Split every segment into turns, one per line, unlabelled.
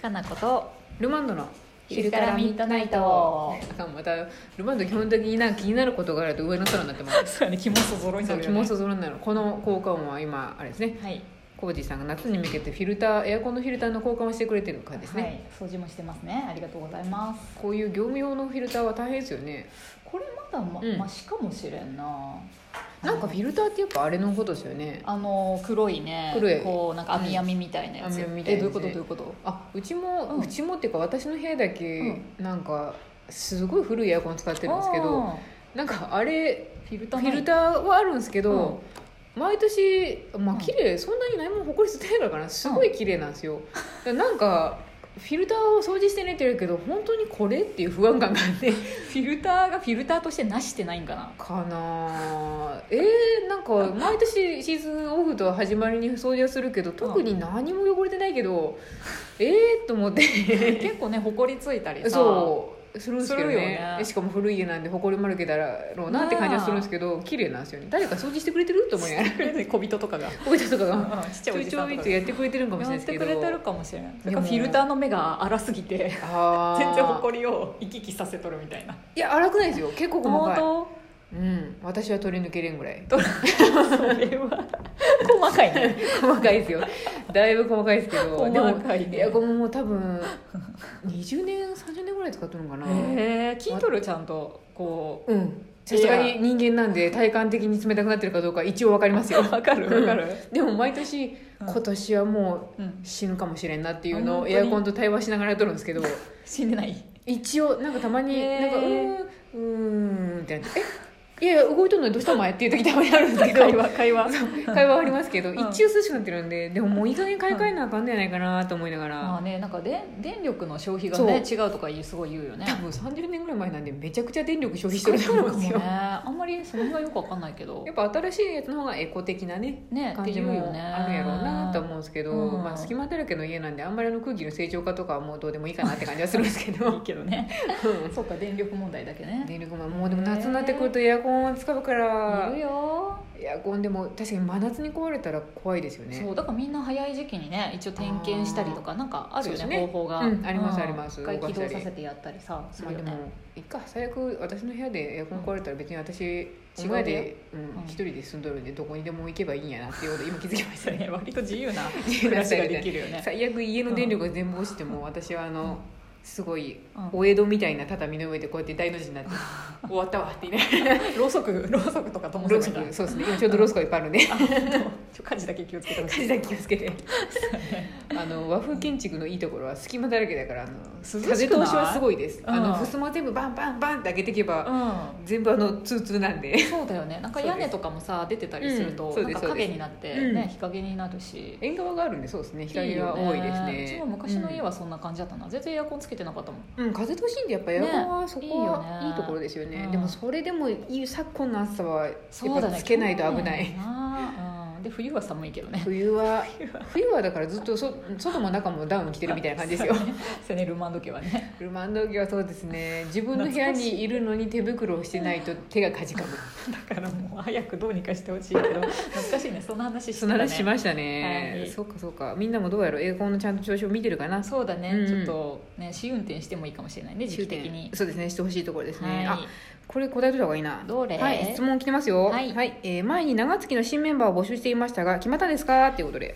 かなこと
ルマンドの
昼からミッドナイト
あかんまたルマンド基本的になんか気になることがあると上の空になってます
そうやね気もそぞろに
そ
な
う
る
気
よね
もそぞろになるこの交換は今あれですね
はい
コージーさんが夏に向けてフィルターエアコンのフィルターの交換をしてくれてる感じですね、
はい、掃除もしてますねありがとうございます
こういう業務用のフィルターは大変ですよね
これまだま、
うん
マシかもしれんな
なんかフィルターってやっぱあれのことですよね
あの黒いね
黒い
こうなんか網網みたいなやつ、
うん網みたい
えど
な
ういう
やつ
ことどういうこと
あうちも、
うん
うちもっていうか私の部屋だけなんかすごい古いエアコン使ってるんですけど、
あ
なんかあれ
ーフィル
フ
ターない
ィルターはあるんですけど、毎年まあ
うん
綺麗、そんなに何も埃捨てないのからすごい綺麗なんですよ、なんかフィルターを掃除して寝てるけど本当にこれっていう不安感があって
フィルターがフィルターとしてなしてないんかな
かなあえー、なんか毎年シーズンオフと始まりに掃除はするけど特に何も汚れてないけど、ええー、と思って
結構ねほこりついたりさ
そうするんですけど
する
ね
よね
しかも古い家なんで埃まるけだろうなって感じはするんですけど綺麗なんですよね誰か掃除してくれてると思いながら
小人とかが
おいたとかが
うんちっち
ち
ゃい
ょ
お
い
じ
ち
さ
ょ
んと
いっ
か
と
が
やってくれてるんかもしれな
や
い
って
ですけ
く
ど
れてるかもしれないだから
でも
フィルターの目が荒すぎて
ああ
全然ほこりを行き来させとるみたいない
や荒くないですよ結構細か
本
い、うん、私は取り抜けれんぐらい
当それは細かいね
細かい ですよだいぶ細かいですけどでも
細かいね
エアコンも多分20年30年ぐらい使ってるのかな、
へえ聞いとるちゃんとこ
うんさすが
いや
に人間なんで体感的に冷たくなってるかどうかは一応わかります
う
よ
わかるわかる
でも毎年
うん
今年はも
う
うん死ぬかもしれんなっていう
あ本
のを
当に
エアコンと対話しながらやっとるんです けど
死んでない
一応なんかたまに
へー
なんかうーんうーんってなって「えいやいや動いとんのにどうしたお前」っていう時たまにあるんですけど
話会話
会話ありますけど、
ん
一応涼しくなってるんででももういい加減買い替えなあかんねやないかなと思いながら、
まあねなんかで電力の消費がね違うとかいうすごい言うよね
多分30年ぐらい前なんでめちゃくちゃ電力消費して
そ
る
う
と
な
思
のかも
うんです
ね
よ、
あんまりその辺はよくわかんないけど
やっぱ新しいやつの方がエコ的なね
ねっ
感
て
じ
いうよ
も
ね
あるんやろうなと思うんですけど、
うん
まあ、隙間だらけの家なんであんまりあの空気の正常化とかはもうどうでもいいかなって感じはするんです け
いい
ど
けどねそうか電力問題だけね
電力ももうでも夏になってくるとエアコンを使うか
い
ら
るよ
エアコンでも確かに真夏に壊れたら怖いですよね
そうだからみんな早い時期にね一応点検したりとかなんかあるよね
そうです
方
ね
法が、
うんありますあります
一回起動
動かした
さ
り
せてやったりさす
まあ
るよ
で
ね、
もいっか最悪私の部屋でエアコン壊れたら別に私
うん
お前でうん
うん
一人で住んどるんでどこにでも行けばいいんやなっていうこと今気づきましたね
割と自由 な
自由なスタイルで
るよね
最悪家の電力が全部落ちても私はあのすごい
うん
お江戸みたいな畳の上でこうやって大の字になっ て終わったわって言いなが
ろうそくろうそくとかと
らローソクそうですね今ちょうどロースがいっぱいあるんで
火事だけ気をつけてほ
火事だけ気をつけてあの和風建築のいいところは隙間だらけだからあの
しくない
風通しはすごいですあの
うん
襖全部バンバンバンって開けていけば
う
全部あのツーツーなんで
んそうだよねなんか屋根とかもさ出てたりすると、
うんそう
な
で
ん
す
か影になって、
そうです
ね
うん
日陰になるし
縁側があるんでそうですね光が多いですね
うちも昔の家はそんな感じだったな、全然エアコンつけてなかったもん
うん、うん風通しいいんでやっぱエアコンはそこ
いいよ
は
ね
いいところですよね
うん
でもそれでもいい昨今の暑さはやっ
そうだ
ぱ
ね
つけないと危ない、
気をつけなうんで冬は寒いけどね
冬は 冬はだからずっとそ外も中もダウン着てるみたいな感じ ですよ
セネルマンド家はね
ルマンド家はそうですね自分の部屋にいるのに手袋をしてないと手がかじかむ
だからもう早くどうにかしてほしいけど懐かしいねそんな話して
そ
た
ん
ね
な話しましたね、
はい
そうかそうかみんなもどうやろうエアコンのちゃんと調子を見てるかな
そうだね、
うん
ちょっとね試運転してもいいかもしれないね時期的に
そうですねしてほしいところですね、
は
あ
い
これ答えといた方がいいな
どれ
はい質問来てますよ
はい
えー前に長月の新メンバーを募集していましたが決まったですかっていうことで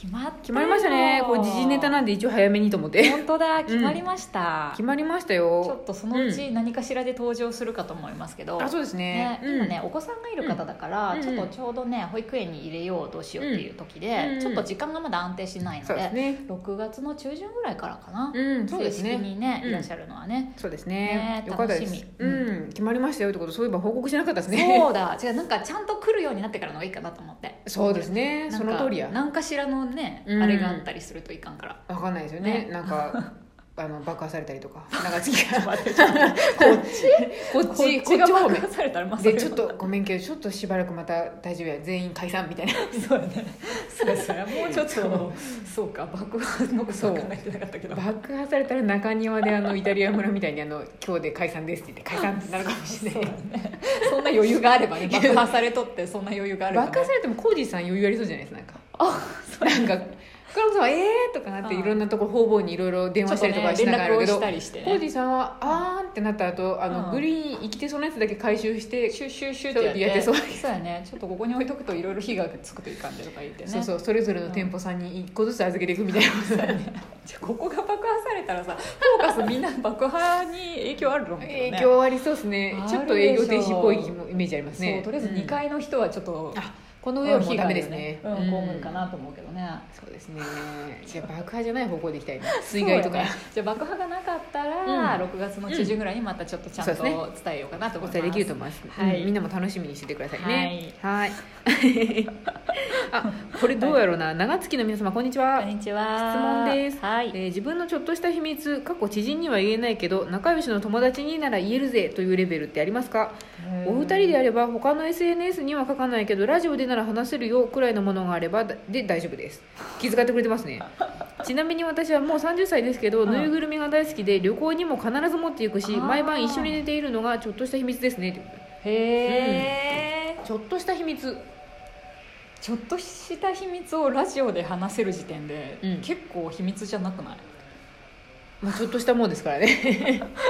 決まったよ
決まりましたねこれ時事ネタなんで一応早めにと思って
本当だ決まりました、
決まりました
ちょ
よ
っとそのうち何かしらで登場するかと思いますけど、
あそうです
ね
ね
今ね、お子さんがいる方だから、
うん
ちょっとちょうどね保育園に入れようどうしようっていう時で、
うん
ちょっと時間がまだ安定してない
うん
の
そ
で
うですね
6月の中旬ぐらいからかな、
うんそうです
正式
ね
にね
うん
いらっしゃるのはね、
そうですね
ね
よかったです
楽しみ
うん決まりましたよってことそういえば報告しなかったです
そ
ね
うだ違うなんかちゃんと来るようになってからの方がいいかなと思って
そうですね
なん
そ
か
の通りや
何かしらのね、
うん
あれがあったりするといかんから
わかんないですよね
ね
な んかあの爆破されたりとか長月がこっちこっち
こっちが
方
爆
面
破されたらまあ
で
それは
ちょっとごめんけどちょっとしばらくまた大丈夫や全員解散み たいな
そうやねそうそうもうちょっとそうか爆破のこと
そう
考えてなかったけど
爆破されたら中庭であのイタリア村みたいにあの「今日で解散です」って言って解散ってなるかもしれない
そんな 余裕があればね爆破されとってそんな余裕があれば、ね、
爆破されてもコージーさん余裕ありそうじゃないですかなんかなんか岡野さんは「えー!」とかなって
うん
いろんなとこ方々にいろいろ電話したりとかしながらや
連
け
絡をし
ど
たりして
コージ
ね
ーさんは「あーん」ってなった後あの、
うん
グリーン生きてそうなやつだけ回収して
シュッシュッシュッ
そう
ってや
や
っ
っててそう
そうやねちょっとここに置いとくといろいろ火がつくといかんでとか言ってね
そうそうそれぞれの店舗さんに一個ずつ預けていくみたいな、
じゃあここが爆破されたらさフォーカスみんな爆破に影響あると思うけどね
影響ありそうですね
あるでし
ち
ょ
ょっと営業停止っぽいイメージありますね
そうとりあえず2
うん
階の人はちょっと、
あこの上は
も
も
う
う
ダ
ダ
メで
メですす
ね
ね、
うん
うん
こうむるかなと思うけどね
そうですねじゃあ爆破じゃない方向でいきたいな水害と
そう
か、
やねじゃあ爆破がなかったら、
うん
6月の中旬ぐらいにまたちょっとちゃんと
そうで
伝えようかなと
お
思います
伝えできると思います、
はい
うんみんなも楽しみにしててくださいねはい あこれどうやろうな長月の皆様こんにちは
こんにちは
質問です
はい、
えー自分のちょっとした秘密過去知人には言えないけど仲良しの友達になら言えるぜというレベルってありますかお二人であれば他の SNS には書かないけどラジオでなら話せるよくらいのものがあればだで大丈夫です気遣ってくれてま すねちなみに私はもう30歳ですけど、
うん
ぬいぐるみが大好きで旅行にも必ず持っていくし
あー
毎晩一緒に寝ているのがちょっとした秘密ですね
へえ、
ちょっとした秘密
ちょっとした秘密をラジオで話せる時点で、
うん
結構秘密じゃなくない
まあちょっとしたもんですか らね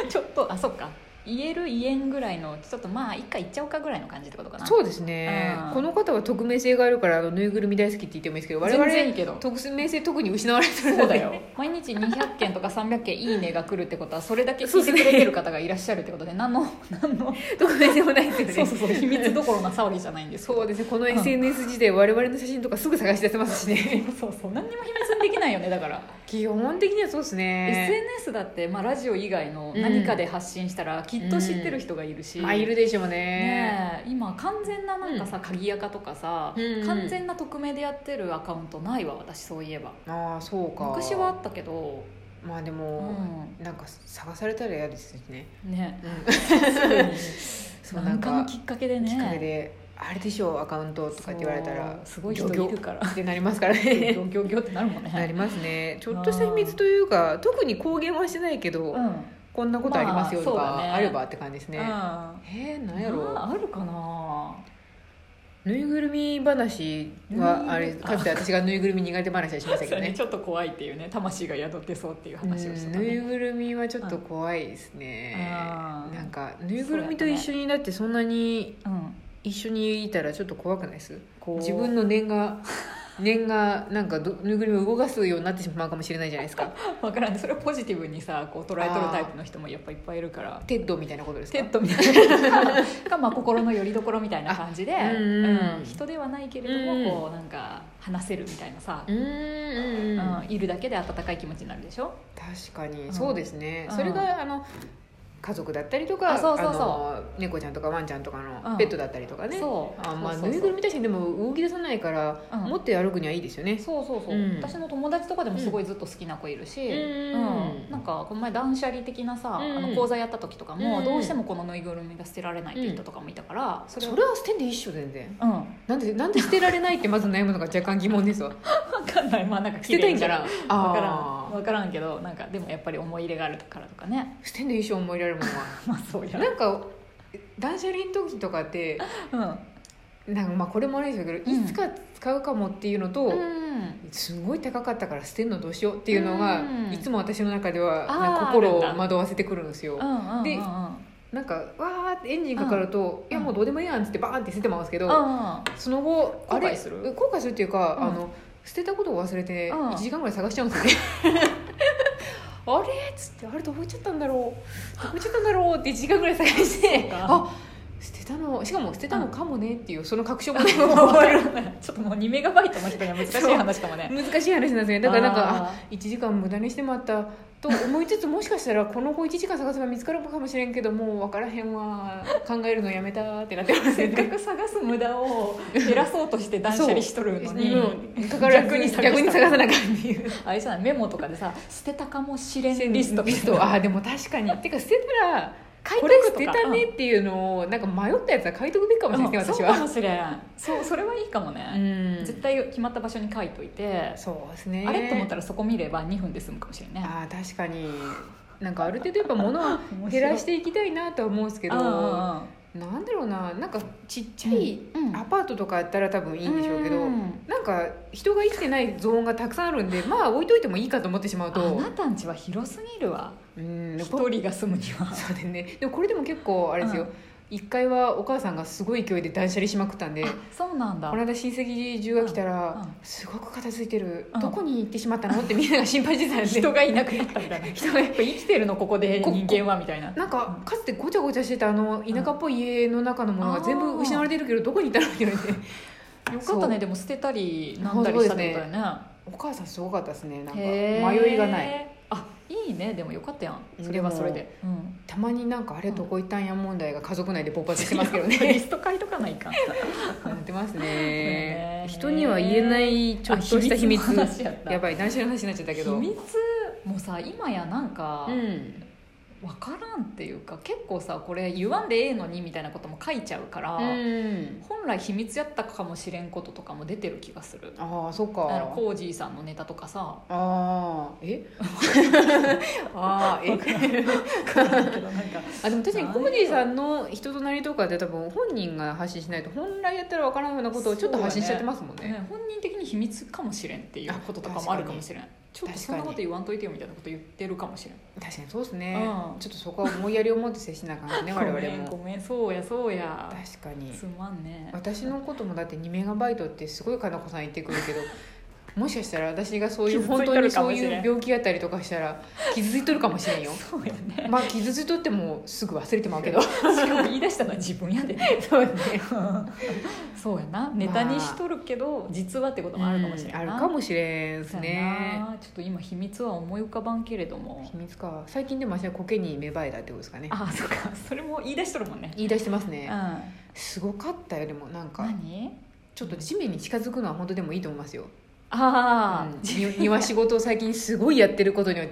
ちょっとあそっか言える言えんぐらいのちょっとまあ一回言っちゃおうかぐらいの感じってことかな
そうですね
うん
この方は匿名性があるからあのぬいぐるみ大好きって言ってもいいですけど我
全然いい
々
けど
匿名性特に失われてる
そ
の
うだ
で
よ毎日200件とか300件「いいね」が来るってことはそれだけ聞いてくれてる方がいらっしゃるってことで何の 何の
匿名性もないですよね
そうそうそう 秘密どころな沙織じゃないんですけど
そうですねこの
うん
SNS 時代我々の写真とかすぐ探し出せますしね
そうそう何にも秘密にできないよねだから、
基本的にはそうですね
SNS だって、まあ、ラジオ以外の
うん
何かで発信したらきっと知ってる人がいるし、
まあいるでしょうね
ねえ今完全ななんかさ、鍵垢とかさ、
うんうん
完全な匿名でやってるアカウントないわ私そういえば
ああそうか
昔はあったけど、
まあで
う
も、
ん
なんか探されたら嫌ですよね、
ね
うん、 そう
な
な
ん
んか
かのきっかけでね
きっかけであれでしょアカウントとかって言われたら
そうすごい人いる から
ってなりますから
ギ ョギ
ね
ョギョってなるもんね
なりますねちょっとした秘密というか特に公言はしてないけど、
うん
こんなことありますよとか、
まあそうだね
あればって感じですね、
うん
えー、なんやろう
ああるかな
ぬいぐるみ話はあれ
ぬいぐるみ
かつて私がぬいぐるみ苦手話はしましたけどね
ちょっと怖いっていうね魂が宿ってそうっていう
うん
話をしてた
ぬい
ね
ぐるみはちょっと怖いですね
あー
なんかぬいぐるみと一緒になってそんなに
うん
一緒にいたらちょっと怖くないです
こう
自分の念 が念がなんかどぬいぐるみを動かすようになってしまうかもしれないじゃないですか
分からんねそれをポジティブにさこう捉えとるタイプの人もやっぱいっぱいいるから
テッドみたいなことですか
テッドみたいなかまあ心の拠り所みたいな感じで、
あうんうん
うん人ではないけれども、
うんうん
こうなんか話せるみたいなさ、
うーんうんうん
うんいるだけで温かい気持ちになるでしょ
確か
う
に
ん
そうですね、
うん
それがあの家族だったりとか
あそうそうそう
あの猫ちゃんとかワンちゃんとか
う
の
ん
ペットだったりとかね、
そう
あまあ
そうそうそう
ぬいぐるみたちにでも動き出さないから、
うん
持って歩くにはいいですよね
そうそうそう、
うん
私の友達とかでもすごいずっと好きな子いるし、
うん
うんなんかこの前断捨離的なさ、
うん
あの講座やった時とかも、
うん
どうしてもこのぬいぐるみが捨てられないっていう人とかもいたから、
そ
そ
れ
れを
は捨てんでいいっしょ全然
うん、
なんでなんで捨てられないってまず悩むのが若干疑問で すわ
分かんないまあなんか
捨てたいんかな
分からん
ああ
分からんけどなんかでもやっぱり思い入れがあるからとかね
捨てんでいいっしょ思い入れあるもんは
まあそうや、
なんか断捨離の時とかって
うん
なんかまあこれもあれですけど、
うん
いつか使うかもっていうのと、
うん、
すごい高かったから捨てんのどうしようっていうのが、
うん
いつも私の中では
あー
なんか心を
あるんだ
惑わせてくるんですよ
うんうんうんうん
でなんかわーってエンジンかかると、
うん
いやもうどうでもいいやんっつってバーンって捨ててますけど、
あ
その後
後
あれ
悔する
後悔するっていうか、
うん
あの捨てたことを忘れて
うん
1時間ぐらい探しちゃうんですよね、 あれっつってあれどこ行っちゃったんだろうどこ行っちゃったんだろうって1時間ぐらい探し
そう
て
か
あ捨てたのしかも捨てたのかもねっていうその確証もね
あ 終わるちょっともう2メガバイトの人には難しい話かもね
難しい話なんですねだからなんか
あー
あ1時間無駄にしてまったと思いつつもしかしたらこの子1時間探せば見つかるかもしれんけどもう分からへんわ考えるのやめたってなってます
せ
よ
っか
ね
く探す無駄を減らそうとして断捨離しとるのに、
うんかからず
逆に探した
逆に探さなあかんっていう
あれじゃないメモとかでさ捨てたかもしれんリスト
リストあーでも確 かにてか捨てたら
書いと
これ
く
捨
と
て
か
たねっていうのをなんか迷ったやつは書いとくべきか
うん
もしれない
うん
です
そう
ね私
か
は
もしれんそうそれはいいかも
う
ね、
ん
絶対決まった場所に書いといて、
そうですね
あれと思ったらそこ見れば2分で済むかもしれんね
あー確かになんかある程度やっぱ物は減らしていきたいなとは思うんですけど
うんうんうん
なんだろうななんかちっちゃいアパートとかやったら多分いいんでしょうけど、
ん
なんか人が生きてないゾーンがたくさんあるんでまあ置いといてもいいかと思ってしまう
あ
と
なたんちは広すぎるわ
うんでも
一
こ
人が住むには
そうだよねでもこれでも結構あれです
う
よ、一1階はお母さんがすごい勢いで断捨離しまくったんで
あそうなんだ
この間親戚中が来たら、
うんうん
すごく片付いてる、
うん
どこに行ってしまったのってみんなが心配してたんで
人がいなくなったみたいな
人が
やっぱ生きてるのここで
ここ
人間はみたいな
なんかかつてごちゃごちゃしてたあの田舎っぽい家の中のものが全部失われてるけどどこにいたのって言われて
よかったねでも捨てたりなんだりしたってことだよね
お母さんすごかったですねなんか
へー
迷いがない
あいいねでもよかったやんそれはそれでうん
たまになんかあれどこ行ったんや問題が家族内で勃発してますけど
やっぱりリ
ね
スト書いとかないかん
なってます
ね
ね人には言えないちょっとした秘密
あ秘密の話やった
やばい男子の話になっちゃったけ
秘
ど
密もさ今やなんか、
うん
分からんっていうか結構さこれ言わんでええのにみたいなことも書いちゃうから、
うん
本来秘密やったかもしれんこととかも出てる気がする
ああそっか
あのコージーさんのネタとか さ
ああ えああえ
わからんわからんけどなんか
あでも確かにコーディさんの人となりとかで多分本人が発信しないと本来やったらわからんようなことをちょっと発信しちゃってますもんね
ね本人的に秘密かもしれんっていうこととかもあるかもしれんちょっとそんなこと言わんといてよみたいなこと言ってるかもしれん
確かにそうですね、
うん
ちょっとそこは思いやりを持って接しなあかんですね我
ごめん
々
ご
も
めん そうやそうや
確かに
すまんね
私のこともだって2メガバイトってすごいかなこさん言ってくる けどもしかしたら私がそういう
傷つ
本
いと
当に
るか
そ
も
う
し
い
れん
う病気やったりとかしたら傷ついとるかもしれんよ
そうやね
まあ傷ついとってもすぐ忘れてまうけど
しかも言い出したのは自分やで
そうね
そうやなネタにしとるけど、実はってこともあるかもしれない、
あるかもしれんですね
ちょっと今秘密は思い浮かばんけれども
秘密か最近でも私は苔に芽生えたってことですかね
ああそっかそれも言い出しとるもんね
言い出してます
う
ね
ん
すごかったよでもなんか
何
ちょっと地面に近づくのは本当でもいいと思いますよ、
ああ、
うんに庭仕事を最近すごいやってることによっ